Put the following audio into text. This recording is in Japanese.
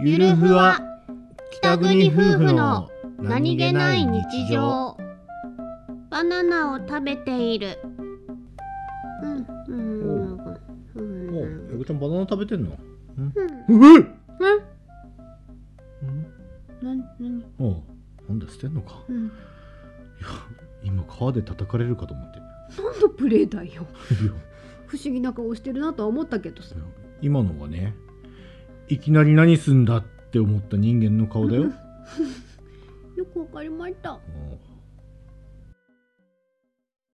ゆるふわ北国夫婦の何気ない日常バナナを食べているうんうんうおんうえぐちゃんバナナ食べてんのうんうえうんうんな何 おうなんだ捨てんのかうんいや今川で叩かれるかと思って何のプレイだよいや不思議な顔してるなとは思ったけどさ今のはねいきなり何 すんだって思った人間の顔だよよくわかりましたもう